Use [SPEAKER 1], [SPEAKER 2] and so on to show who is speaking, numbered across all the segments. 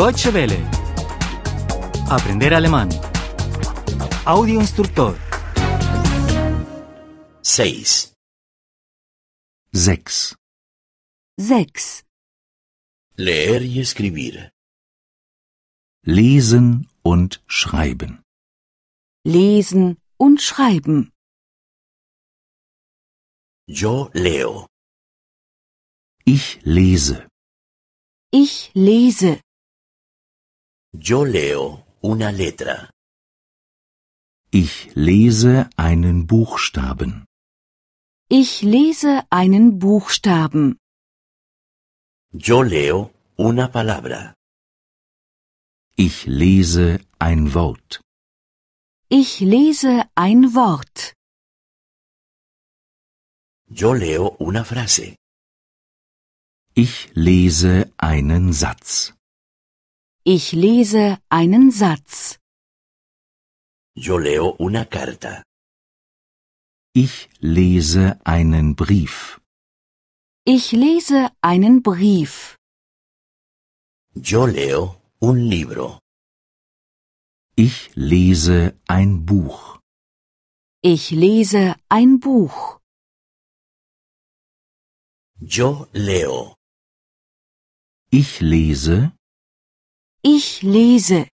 [SPEAKER 1] Deutsche Welle. Aprender alemán. Audio instructor.
[SPEAKER 2] 6.
[SPEAKER 3] 6.
[SPEAKER 4] 6.
[SPEAKER 2] Leer y escribir.
[SPEAKER 3] Lesen und Schreiben.
[SPEAKER 4] Lesen und Schreiben.
[SPEAKER 2] Yo leo.
[SPEAKER 3] Ich lese.
[SPEAKER 4] Ich lese.
[SPEAKER 2] Yo leo una letra.
[SPEAKER 3] Ich lese einen Buchstaben.
[SPEAKER 4] Ich lese einen Buchstaben.
[SPEAKER 2] Yo leo una palabra.
[SPEAKER 3] Ich lese ein Wort.
[SPEAKER 4] Ich lese ein Wort.
[SPEAKER 2] Yo leo una frase.
[SPEAKER 3] Ich lese einen Satz.
[SPEAKER 4] Ich lese einen Satz.
[SPEAKER 2] Yo leo una carta.
[SPEAKER 3] Ich lese einen Brief.
[SPEAKER 4] Ich lese einen Brief.
[SPEAKER 2] Yo leo un libro.
[SPEAKER 3] Ich lese ein Buch.
[SPEAKER 4] Ich lese ein Buch.
[SPEAKER 2] Yo leo.
[SPEAKER 3] Ich lese,
[SPEAKER 4] Ich lese.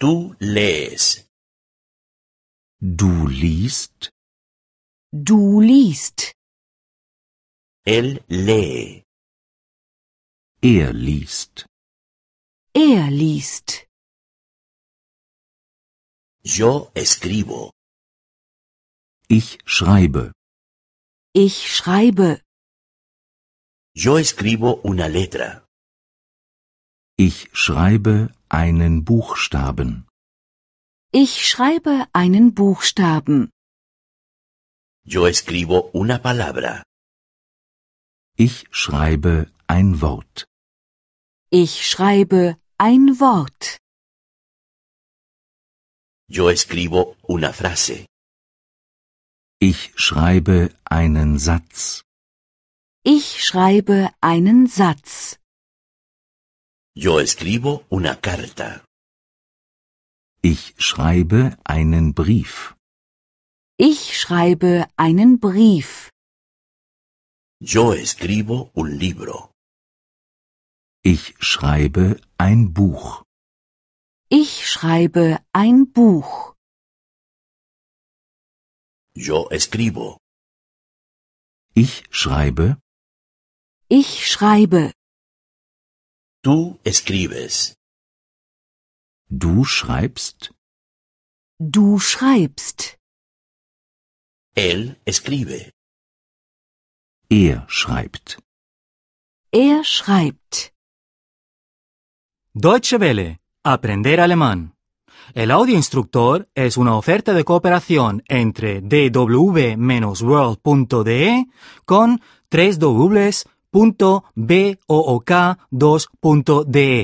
[SPEAKER 2] Tú lees.
[SPEAKER 3] du liest,
[SPEAKER 4] Du liest.
[SPEAKER 2] Él lee.
[SPEAKER 3] er liest.
[SPEAKER 4] Er liest.
[SPEAKER 2] Yo escribo.
[SPEAKER 3] Ich schreibe.
[SPEAKER 4] Ich schreibe.
[SPEAKER 2] Yo escribo una letra.
[SPEAKER 3] Ich schreibe einen Buchstaben.
[SPEAKER 4] Ich schreibe einen Buchstaben.
[SPEAKER 2] Yo escribo una palabra.
[SPEAKER 3] Ich schreibe ein Wort.
[SPEAKER 4] Ich schreibe ein Wort.
[SPEAKER 2] Yo escribo una frase.
[SPEAKER 3] Ich schreibe einen Satz.
[SPEAKER 4] Ich schreibe einen Satz.
[SPEAKER 2] Yo escribo una carta.
[SPEAKER 3] Ich schreibe einen Brief.
[SPEAKER 4] Ich schreibe einen Brief.
[SPEAKER 2] Yo escribo un libro.
[SPEAKER 3] Ich schreibe ein Buch.
[SPEAKER 4] Ich schreibe ein Buch.
[SPEAKER 2] Yo escribo.
[SPEAKER 3] Ich schreibe,
[SPEAKER 4] Ich schreibe.
[SPEAKER 2] Tú escribes.
[SPEAKER 3] du schreibst,
[SPEAKER 4] Du schreibst.
[SPEAKER 2] Él escribe.
[SPEAKER 3] er schreibt.
[SPEAKER 4] Er schreibt.
[SPEAKER 1] Deutsche Welle. Aprender alemán. El audio instructor es una oferta de cooperación entre dw-world.de con 3 2de